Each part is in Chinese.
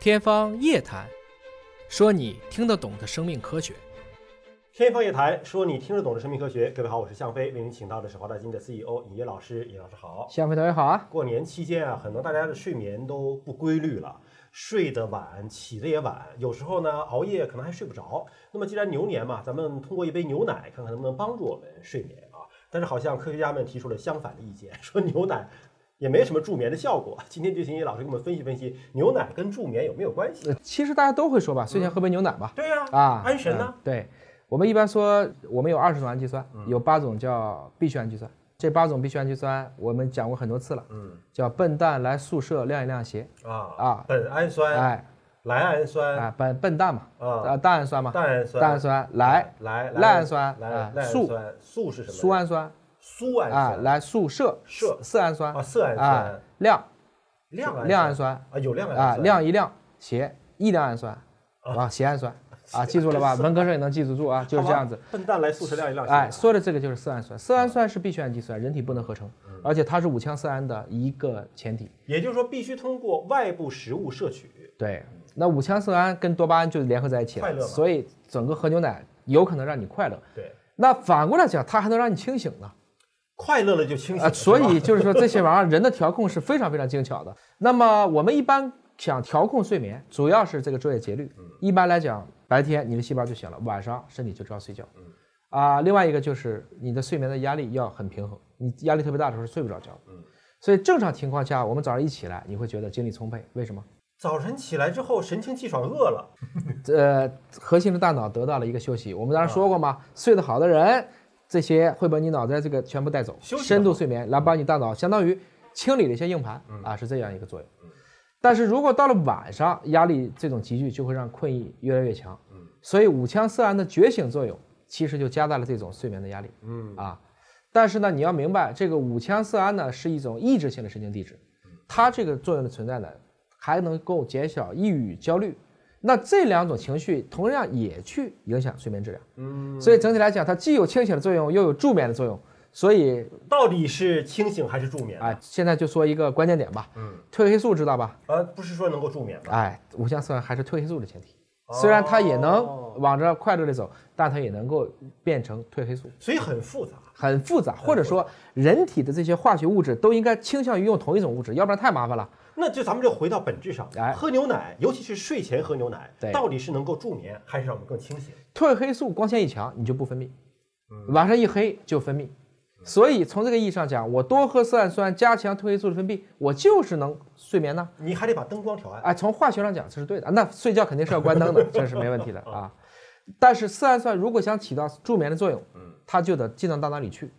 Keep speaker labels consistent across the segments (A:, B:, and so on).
A: 天方夜谭，说你听得懂的生命科学。
B: 哎
C: 天方夜谭，说你听得懂的生命科学。各位好，我是向飞，为您请到的是华大基因的 CEO 尹烨老师。尹老师好。
B: 向飞同学好啊！
C: 过年期间啊，很多大家的睡眠都不规律了，睡得晚，起得也晚，有时候呢熬夜可能还睡不着。那么既然牛年嘛，咱们通过一杯牛奶，看看能不能帮助我们睡眠啊。但是好像科学家们提出了相反的意见，说牛奶也没什么助眠的效果。今天就请尹老师给我们分析分析，牛奶跟助眠有没有关系？
B: 呃，其实大家都会说吧，睡前喝杯牛奶吧。
C: 对呀、
B: 啊，
C: 嗯安神呢嗯
B: 嗯对，我们一般说我们有二十种氨基酸，有八种叫必需氨基酸。这八种必需氨基酸我们讲过很多次了，
C: 嗯，
B: 叫笨蛋来宿舍晾一晾鞋，
C: 啊
B: 啊
C: 苯氨酸、
B: 哎
C: 赖氨酸、
B: 哎，笨笨蛋嘛，
C: 啊
B: 啊，蛋氨酸嘛，
C: 蛋氨酸、
B: 蛋氨酸来
C: 来
B: 赖氨酸
C: 赖
B: 啊
C: 赖氨
B: 素
C: 酸素哎是什么？
B: 苏氨酸
C: 苏氨
B: 啊，
C: 酸
B: 来宿舍
C: 铯
B: 色氨酸
C: 啊，色氨
B: 啊
C: 酸，
B: 晾
C: 亮氨
B: 亮
C: 亮
B: 氨酸
C: 啊，有亮氨
B: 啊
C: 酸
B: 晾一晾鞋，一晾氨酸
C: 哦
B: 啊鞋 氨酸啊，记住了吧？文科生也能记得住啊，就是这样子。。
C: 好吧笨蛋来素食亮一亮。
B: 哎，说的这个就是色氨酸，色氨酸是必需氨基酸，人体不能合成，
C: 嗯
B: 而且它是五羟色胺的一个前提。
C: 也就是说必须通过外部食物摄取。
B: 对，那五羟色胺跟多巴胺就联合在一起
C: 快乐
B: 了，
C: 嘛
B: 所以整个喝牛奶有可能让你快乐。
C: 对，
B: 那反过来讲，它还能让你清醒呢
C: 快乐了就清醒
B: 啊、
C: 了。
B: 所
C: 是吧
B: 以就是说这些玩意儿人的调控是非常非常精巧的。那么我们一般想调控睡眠，主要是这个昼夜节律。
C: 嗯
B: 一般来讲，白天你的细胞就醒了，晚上身体就知道睡觉。
C: 嗯
B: 啊，另外一个就是你的睡眠的压力要很平衡，你压力特别大的时候是睡不着觉的。
C: 嗯
B: 所以正常情况下，我们早上一起来，你会觉得精力充沛，为什么？
C: 早晨起来之后神清气爽，饿了。
B: 呃，核心的大脑得到了一个休息。我们当
C: 啊
B: 时说过嘛，睡得好的人，这些会把你脑袋这个全部带走，
C: 休息得好
B: 深度睡眠来帮你大脑相当于清理了一些硬盘
C: 嗯
B: 啊，是这样一个作用。但是如果到了晚上，压力这种集聚就会让困意越来越强，
C: 嗯
B: 所以五羟色胺的觉醒作用其实就加大了这种睡眠的压力，嗯啊，但是呢，你要明白这个五羟色胺呢是一种抑制性的神经递质，它这个作用的存在呢，还能够减小抑郁、焦虑。那这两种情绪同样也去影响睡眠质量，嗯，所以整体来讲，它既有清醒的作用，又有助眠的作用。所以，
C: 到底是清醒还是助眠？
B: 哎、现在就说一个关键点吧，嗯，褪黑素知道吧？
C: 呃，不是说能够助眠吧？
B: 哎，五羟色胺还是褪黑素的前提，虽然它也能往着快乐里走，但它也能够变成褪黑素，
C: 所以很复杂。
B: 很复杂。或者说，人体的这些化学物质都应该倾向于用同一种物质，要不然太麻烦了。
C: 那就咱们就回到本质上，
B: 哎
C: 喝牛奶，尤其是睡前喝牛奶，
B: 对
C: 到底是能够助眠，还是让我们更清醒？
B: 褪黑素光线一强，你就不分泌，晚上一黑就分泌。所以从这个意义上讲，我多喝色氨酸加强褪黑素的分泌，我就是能睡眠呢。
C: 你还得把灯光调暗。
B: 哎，从化学上讲这是对的，那睡觉肯定是要关灯的， 这是没问题的啊。但是色氨酸如果想起到助眠的作用，它就得进到大脑里去。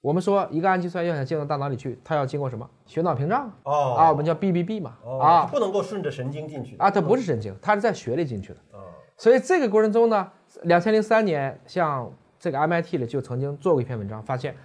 B: 我们说一个氨基酸要想进到大脑里去，它要经过什么？血脑屏障
C: 哦
B: 啊，我们叫 BBB 嘛
C: 哦，
B: 啊
C: 它不能够顺着神经进去的
B: 啊，它不是神经，它是在血里进去的。
C: 啊
B: 所以这个过程中呢，两千零三年，像这个 MIT 里就曾经做过一篇文章，发现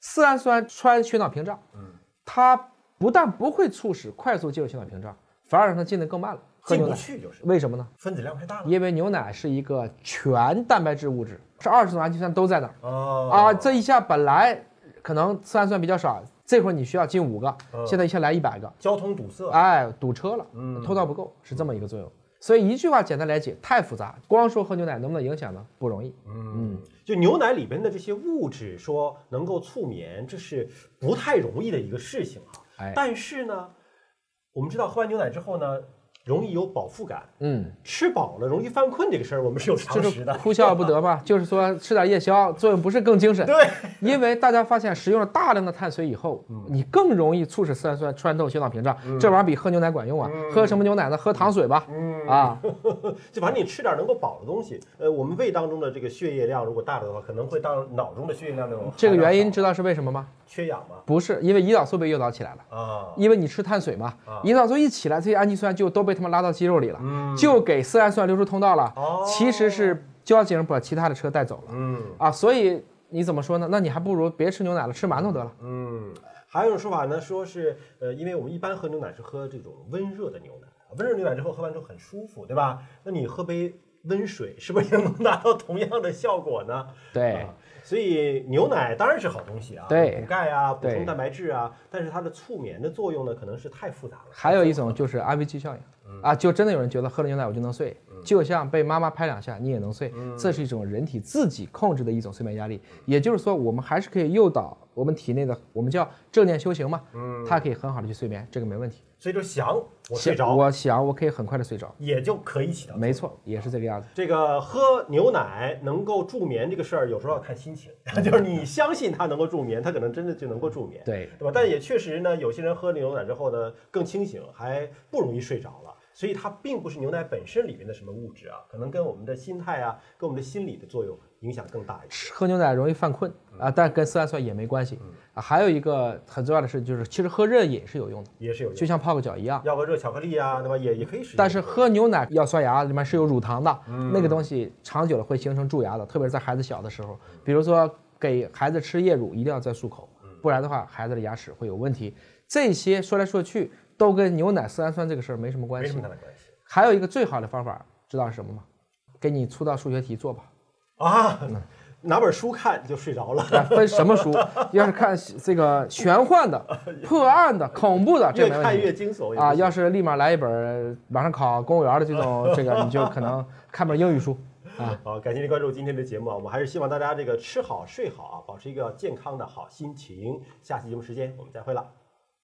B: 色氨酸穿血脑屏障，
C: 嗯
B: 它不但不会促使快速进入血脑屏障，反而让它进得更慢了。喝
C: 进
B: 牛
C: 不
B: 奶
C: 去就是
B: 为什么呢？
C: 分子量太大了
B: 因为牛奶是一个全蛋白质物质，是二十种氨基酸都在那儿
C: 哦
B: 啊。这一下本来可能色氨酸比较少，这会儿你需要进五个，
C: 哦
B: 现在一下来一百个，
C: 交通堵塞，
B: 哎，堵车了，
C: 嗯
B: 通道不够，是这么一个作用。所以一句话简单来解，太复杂，光说喝牛奶能不能影响呢？不容易。
C: 嗯，就牛奶里边的这些物质，说能够促眠，这是不太容易的一个事情啊。
B: 哎
C: 但是呢，我们知道喝完牛奶之后呢，容易有饱腹感，
B: 嗯，
C: 吃饱了容易犯困这个事儿，我们是有常
B: 就
C: 识
B: 是
C: 的。
B: 哭笑不得 嘛，就是说吃点夜宵作用不是更精神？
C: 对，嗯
B: 因为大家发现食用了大量的碳水以后，你更容易促使色氨酸穿透血脑屏障，这玩意儿比喝牛奶管用啊！
C: 嗯
B: 喝什么牛奶呢？喝糖水吧，啊，
C: 就反正你吃点能够饱的东西，呃，我们胃当中的这个血液量如果大的话，可能会让脑中的血液量那种
B: 这个 原因
C: 含量少
B: 知道是为什么吗？
C: 缺氧嘛
B: 不是，因为胰岛素被诱导起来了。
C: 啊，
B: 因为你吃碳水嘛，胰岛素一起来，这些氨基酸就都被他们拉到肌肉里了，就给色氨酸流出通道了。
C: 嗯哦
B: 其实是交警把其他的车带走了、
C: 嗯。
B: 啊，所以你怎么说呢？那你还不如别吃牛奶了，吃馒头得了。
C: 嗯，还有一种说法呢，说是呃，因为我们一般喝牛奶是喝这种温热的牛奶，温热牛奶之后喝完之后很舒服，对吧？那你喝杯温水，是不是也能 达到同样的效果呢？
B: 对
C: 啊所以牛奶当然是好东西啊，
B: 对
C: 补钙啊，补
B: 对
C: 充蛋白质啊，但是它的促眠的作用呢，可能是太复杂了。
B: 还有一种就是 IVG 效应，
C: 嗯
B: 啊，就真的有人觉得喝了牛奶我就能睡，就像被妈妈拍两下你也能睡，
C: 嗯
B: 这是一种人体自己控制的一种睡眠压力。也就是说，我们还是可以诱导我们体内的，我们叫正念修行嘛，它可以很好的去睡眠，这个没问题。
C: 所以就想嗯我
B: 想
C: 睡着，
B: 我想我可以很快的睡着，
C: 也就可以起到。
B: 没错，也是这个样子。
C: 这个喝牛奶能够助眠这个事儿，有时候要看心情， 就是你相信它能够助眠，它可能真的就能够助眠，
B: 对，
C: 对吧？但也确实呢，有些人喝了牛奶之后呢，更清醒，还不容易睡着了。所以它并不是牛奶本身里面的什么物质啊，可能跟我们的心态啊，跟我们的心理的作用影响更大一些。
B: 吃喝牛奶容易犯困
C: 嗯
B: 啊，但跟色氨酸也没关系啊。还有一个很重要的事就是，其实喝热饮是有用的，
C: 也是有用，
B: 就像泡个脚一样。
C: 要个热巧克力啊，对吧？也也可以使用。
B: 但是喝牛奶要刷牙，里面是有乳糖的，
C: 嗯
B: 那个东西长久了会形成蛀牙的，特别是在孩子小的时候，比如说给孩子吃夜乳，一定要在漱口，
C: 嗯
B: 不然的话孩子的牙齿会有问题。这些说来说去都跟牛奶色氨酸这个事儿没什么关
C: 没什
B: 系
C: 么。太大关系
B: 还有一个最好的方法，知道是什么吗？给你出道数学题做吧，
C: 啊。拿本书看就睡着 了，
B: 哎分什么书？要是看这个玄幻 的、破案的、恐怖的，这
C: 越
B: 没问
C: 看
B: 题。
C: 越惊悚也不
B: 啊，
C: 行
B: 要是立马来一本马上考公务员的这种，这个你就可能看本英语书啊。
C: 好，感谢您关注今天的节目啊！我们还是希望大家这个吃好睡好啊，保持一个健康的好心情。下期节目时间我们再会了，拜拜。